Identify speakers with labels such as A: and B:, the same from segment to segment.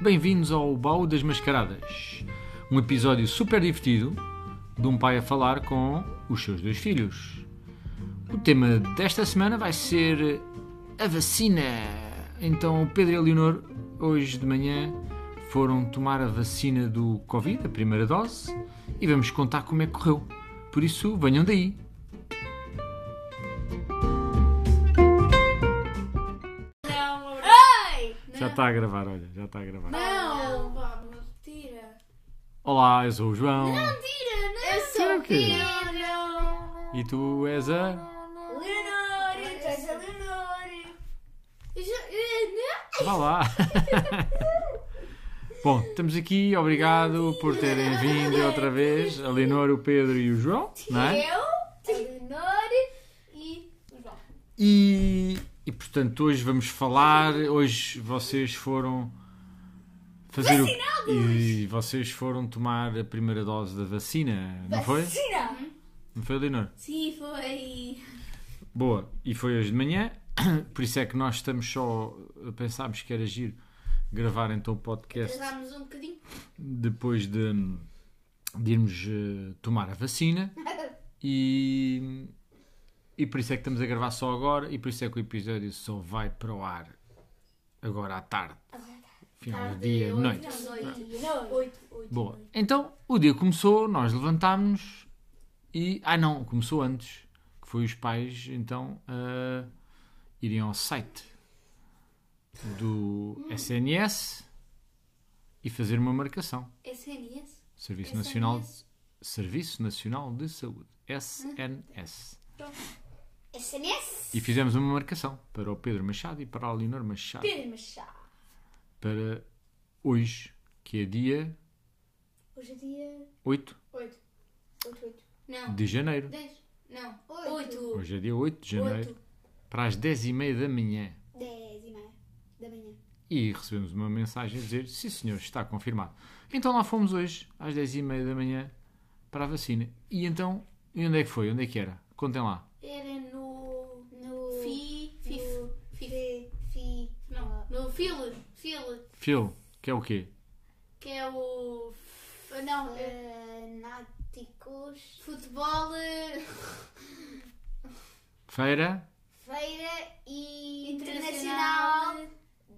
A: Bem-vindos ao Baú das Mascaradas, um episódio super divertido de um pai a falar com os seus dois filhos. O tema desta semana vai ser a vacina. Então, o Pedro e a Leonor, hoje de manhã, foram tomar a vacina do Covid, a primeira dose, e vamos contar como é que correu. Por isso, venham daí.
B: Não,
C: Ai!
A: Já está a gravar, olha, já está a gravar.
B: não, vamos, tira.
A: Olá, eu sou o João
C: Tira, não!
B: Eu
A: Tira
B: sou
A: o quê?
B: Leonor.
A: e tu és a.
B: Leonor, tu és a Leonor.
C: Eu já- eu- não.
A: Vá lá! Bom, estamos aqui, obrigado por terem vindo outra vez, a Leonor, o Pedro e o João, não é?
C: Eu, a Leonor e o João.
A: E, e, portanto hoje vamos falar. Hoje vocês foram fazer o e vocês foram tomar a primeira dose da vacina, não foi?
C: Tira!
B: Uhum.
A: Não foi, Leonor?
B: Sim, foi.
A: Boa. E foi hoje de manhã. Por isso é que nós estamos só pensámos que era giro gravar então o podcast
B: Pesámos um bocadinho.
A: depois de, de irmos eh, tomar a vacina e, e por isso é que estamos a gravar só agora e por isso é que o episódio só vai para o ar agora à tarde. Final do dia,
B: Oito,
A: noite.
B: noite.
C: Oito, oito.
A: Boa. Então, o dia começou, nós levantámos-nos e. Ah, não, começou antes. Que foi os pais, então, a irem ao site do SNS e fazer uma marcação.
B: SNS?
A: Serviço
B: SNS.
A: Nacional, Serviço Nacional de Saúde. SNS.
C: SNS?
A: E fizemos uma marcação para o Pedro Machado e para a Leonor Machado
C: Pedro Machado.
A: para hoje, que é dia
C: Hoje é dia
A: 8
C: oito. Oito, oito.
B: Não,
A: de janeiro.
B: 10. Não,
C: Oito.
B: 8.
A: Hoje é dia 8 de janeiro.
B: 8.
A: para as 10 e meia da manhã
C: Dez e meia da manhã.
A: e recebemos uma mensagem a dizer sim senhor, está confirmado. Então lá fomos hoje, às 10 e meia da manhã, para a vacina. E então, e onde é que foi? Onde é que era? Contem lá.
B: Era no.
C: No...
B: Fi. Fif.
C: no-
B: Fif.
C: Fi. Fi.
B: Não, no Fil. Fil.
A: Phil, que é o quê?
B: Que é o. f- Não, é
C: Fanáticos.
B: futebol. eh,
A: Feira,
C: Feira e...
B: Internacional.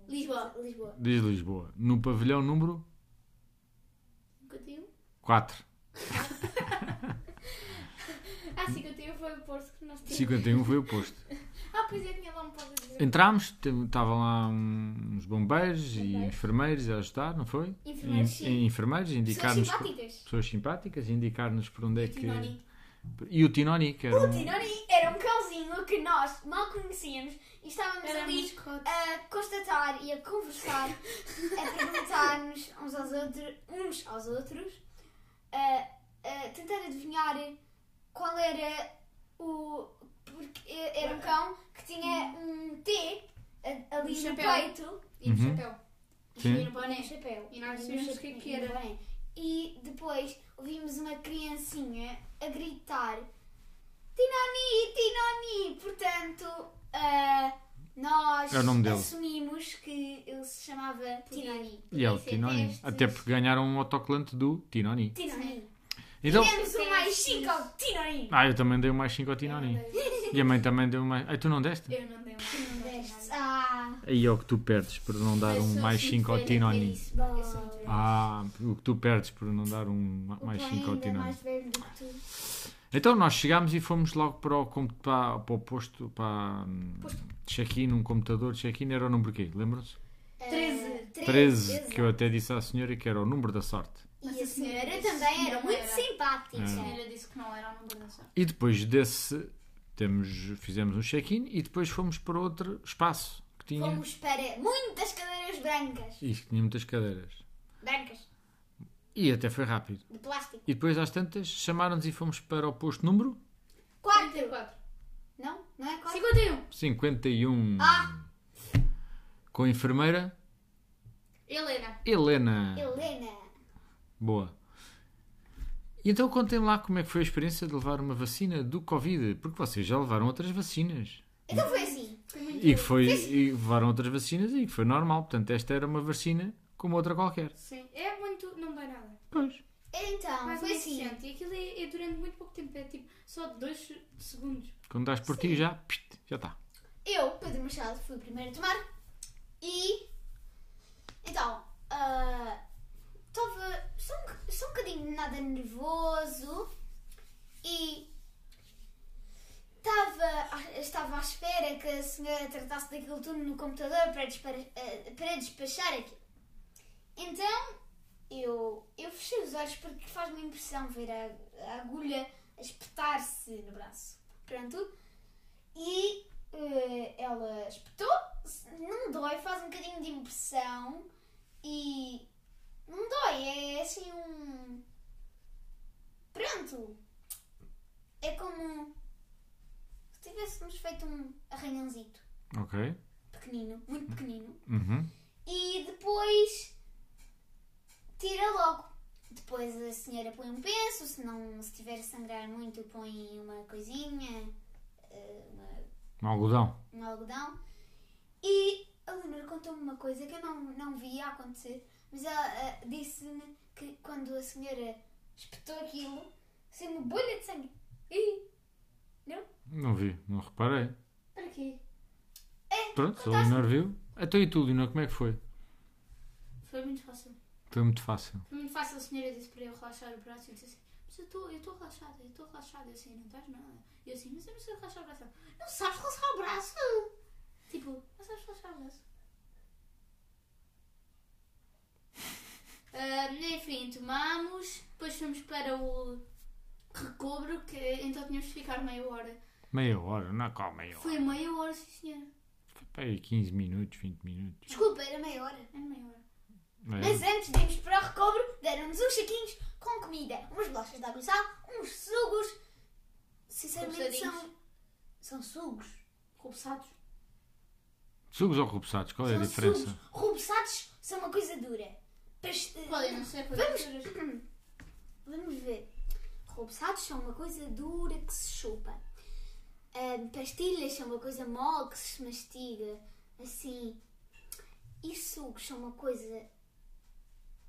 B: Lisboa.
C: Lisboa.
A: diz Lisboa, no pavilhão número
B: Contigo?
A: 4.
B: Ah, 51 foi o Porto que nós tínhamos.
A: 51 foi o posto.
B: Ah, pois é, tinha lá um pouco de dizer.
A: Entramos, te- estavam lá um- uns bombeiros e enfermeiros a ajudar, não foi?
C: Enfermeiros,
A: In-
C: sim.
A: enfermeiros, indicar-nos
C: Tipo,
B: simpáticas.
A: pessoas simpáticas, indicar-nos por onde é que.
B: Tinoni.
A: E o Tinoni, que era
C: O
A: um-
C: Tinori era um cãozinho que nós mal conhecíamos e estávamos
B: Era
C: ali
B: mascote.
C: a constatar e a conversar, a perguntar-nos uns aos outros, uns aos outros, a, a tentar adivinhar qual era o. porque era um cão que tinha um T a- ali
B: Um
C: no
B: chapéu.
C: peito
B: E no
A: Uhum.
B: chapéu.
A: Sim.
B: E no
C: e no
B: boné.
C: chapéu.
B: E nós
C: no
B: sabíamos o que
C: chapéu,
B: que era.
C: ainda bem. é E depois ouvimos uma criancinha a gritar Tinoni, Tinoni! Portanto, ah, nós
A: É o nome dele.
C: assumimos que ele se chamava Tinoni.
A: E é o
B: Sim,
A: Tinoni.
B: estes-
A: Até porque ganharam um autocolante do Tinoni.
C: Tinoni.
A: Então.
C: Temos um mais cinco ao Tinoni.
A: Ah, eu também dei um mais 5 ao Tinoni. E a mãe também deu um mais. Ah, tu não deste?
B: Eu não um dei uma.
C: Deste. Ah,
A: Aí é o que tu perdes por não dar um mais 5 ao Tinoni.
B: Eu sou
C: bom.
A: Ah, o que tu perdes por não dar um ma-
C: O
A: mais
C: pai
A: 5 ao
C: ainda é
A: Tinoni.
C: mais velho do que tu.
A: Então nós chegámos e fomos logo para o, com- para, para o posto, para hum, check-in, um computador. Check-in era o número quê? Lembram-se?
B: Treze.
C: Ah,
A: 13,
C: exato.
A: que eu até disse à senhora que era o número da sorte.
C: E
B: Nossa
C: a senhora
B: Senhora,
C: também era
B: não
C: muito
B: era.
C: simpática.
B: A
A: É.
B: senhora disse que não era um número da sorte.
A: E depois desse, temos, fizemos um check-in e depois fomos para outro espaço que tinha.
C: Fomos para muitas cadeiras brancas.
A: E que tinha muitas cadeiras.
C: Brancas,
A: E até foi rápido.
C: de plástico.
A: E depois, às tantas, chamaram-nos e fomos para o posto número
C: 4.
B: 44.
C: Não? Não é 4?
B: 51.
A: 51.
C: Ah!
A: Com a enfermeira
B: um. Helena.
A: Helena.
C: Helena.
A: Boa. E então contem lá como é que foi a experiência de levar uma vacina do Covid, porque vocês já levaram outras vacinas.
C: Então foi assim.
A: E que foi e levaram outras vacinas e que foi normal. Portanto, esta era uma vacina como outra qualquer.
B: Sim. Ah, É muito. Não dói nada.
A: Pois.
C: Então,
B: Mais ou
C: foi
B: menos
C: assim.
B: sente. E aquilo é, é durante muito pouco tempo. É tipo só 2 segundos.
A: Quando dás por ti já, pst, já tá. está.
C: Eu, Pedro Machado, fui o primeiro a tomar e. Então, estava só, um, só um bocadinho nada nervoso e. Estava, à- estava à espera que a senhora tratasse daquele turno no computador para, despar- eh, para despachar aquilo. Então, eu, eu fechei os olhos porque faz-me impressão ver a, a agulha a espetar-se no braço. Pronto, e eh, ela espetou, não dói, faz um bocadinho de impressão e não dói, é assim um. Pronto! É como se tivéssemos feito um arranhãozito
A: Ok.
C: pequenino, muito pequenino,
A: Uhum.
C: e depois tira logo. Depois a senhora põe um penso, se não se tiver a sangrar muito, põe uma coisinha, eh, uma
A: Um algodão.
C: um algodão. E a Leonor contou-me uma coisa que eu não, não via acontecer, mas ela ah, disse-me que quando a senhora espetou aquilo, saiu uma bolha de sangue. Ih,
A: Não vi, não reparei.
B: Para quê?
A: Pronto, se a Leonor viu. Até e tu, Leonor, como é que foi?
B: Foi muito fácil.
A: Foi muito fácil.
B: Foi muito fácil. A senhora disse para eu relaxar o braço e disse assim: Mas eu estou- eu estou relaxada, eu estou relaxada. Eu assim, não estás nada. E eu assim: Mas eu preciso relaxar o braço. Ela, Não sabes relaxar o braço? Tipo, não sabes relaxar o braço. Ah, enfim, tomamos. Depois fomos para o recobro, que então tínhamos de ficar meia hora.
A: Meia hora, não, calma, meia hora.
B: Foi meia hora, sim senhora.
A: Foi para aí 15 minutos, 20 minutos.
C: desculpa, era meia hora.
B: É meia hora.
A: É.
C: Mas antes de irmos para o recobro, deram-nos uns saquinhos com comida, umas bolachas de água e sal, uns sugos. Sinceramente, são,
B: Coçadinhos.
C: são sugos.
B: Roubados.
A: Sugos ou repousados, qual é a
C: são
A: diferença?
C: sugos. Rubeçados são uma coisa dura. Pas-
B: Qual é? Não sei qual
C: Vamos-
B: é.
C: Vamos ver. Roubeçados são uma coisa dura que se chupa. Ahm, pastilhas são uma coisa mole que se mastiga. Assim. E sucos são uma coisa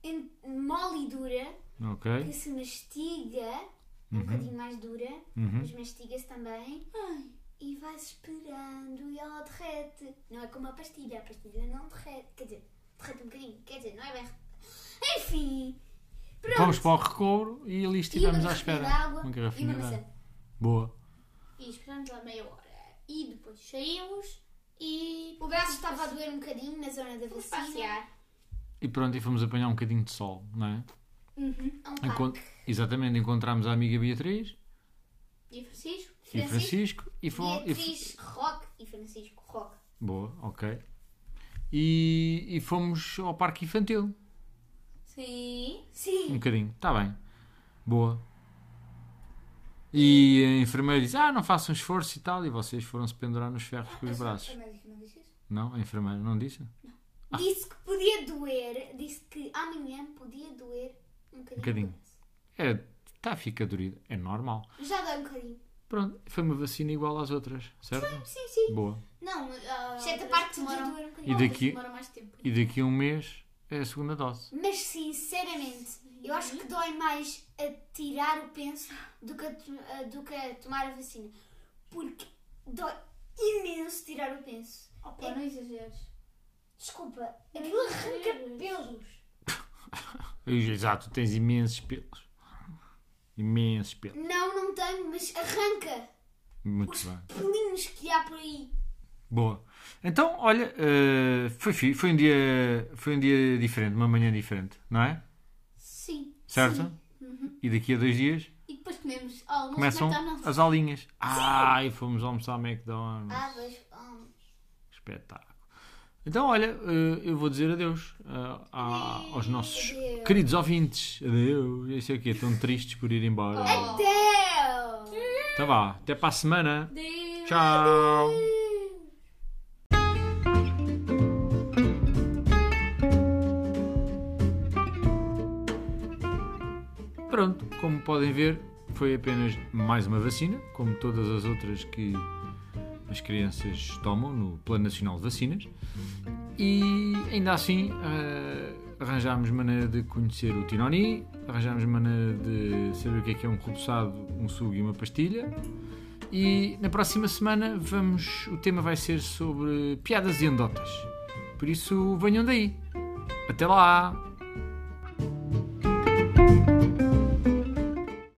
C: en- mole e dura que
A: Ok.
C: se mastiga. Um bocadinho mais dura,
A: Uhum.
C: mas mastiga-se também.
B: Ai.
C: E vais esperando e ela derrete. Não é como a pastilha, a pastilha não derrete. Quer dizer, derrete um bocadinho. Quer dizer, não é bem. Enfim. Pronto.
A: Vamos para o recobro e ali estivemos
C: uma
A: à
C: garrafinha
A: espera.
C: de água
A: uma
C: e
A: garrafinha
C: uma
A: de
C: maçã.
A: água. Boa.
B: E esperamos lá meia hora. E depois saímos e.
C: O braço estava a doer um bocadinho na zona da
B: Fomos
C: vacina.
B: passear.
A: E pronto, e fomos apanhar um bocadinho de sol, não é?
B: Uhum.
C: a Um
A: Encon-
C: parque.
A: Exatamente, encontramos a amiga Beatriz
B: E Francisco?
A: e Francisco e fomos. e f-
C: Beatriz Roque e Francisco Roque.
A: Boa, ok. E, e fomos ao parque infantil.
B: Sim.
A: Um
C: Sim.
A: bocadinho, está bem. Boa. E a enfermeira disse: Ah, não façam esforço e tal. E vocês foram-se pendurar nos
B: Ah,
A: ferros com os braços. Não, a enfermeira não disse? Um Ah.
C: Disse que podia doer. Disse que amanhã podia doer um bocadinho.
A: bocadinho.
C: do braço.
A: É, tá, fica dorida. É normal.
C: Já dói um bocadinho.
A: Pronto, foi uma vacina igual às outras, certo?
C: Sim, sim.
A: Boa.
B: Não, há
C: Exceto a
B: outras
C: é parte
B: que
C: de
B: demoram-
C: doer um
A: E
C: bocadinho.
B: outras
A: daqui-
B: que demoram mais tempo.
A: E daqui a um mês é a segunda dose.
C: Mas sinceramente, eu acho que dói mais a tirar o penso do que a, to- a- do que a tomar a vacina. Porque dói imenso tirar o penso. É
B: Opa, não exageres.
C: Desculpa, aquilo arranca pelos.
A: Exato, tens imensos pelos. Imensos pelos.
C: Não, não tenho, mas arranca
A: Muito
C: os
A: bem.
C: pelinhos que há por aí.
A: Boa. Então, olha, eh, foi, fi- foi, um dia, foi um dia diferente, uma manhã diferente, não é?
B: Sim.
A: Certo? E daqui a dois dias
B: E depois comemos almoço
A: começam
B: McDonald's.
A: as aulinhas. Ai, fomos almoçar ao McDonald's.
C: Ah, mas, hum,
A: Espetáculo. Então, olha, eh, eu vou dizer adeus eh, a- aos nossos
C: Adeus.
A: queridos ouvintes. Adeus. Eu sei o quê, estão tristes por ir embora.
B: Oh.
C: Deus!
A: Então vá, até para a semana.
B: Deus.
A: Tchau. Pronto, como podem ver, foi apenas mais uma vacina, como todas as outras que as crianças tomam no Plano Nacional de Vacinas. E ainda assim, eh, arranjámos maneira de conhecer o Tinoni, arranjámos maneira de saber o que é que é um repousado, um sugo e uma pastilha. E na próxima semana vamos, o tema vai ser sobre piadas e andotas. Por isso, venham daí. Até lá!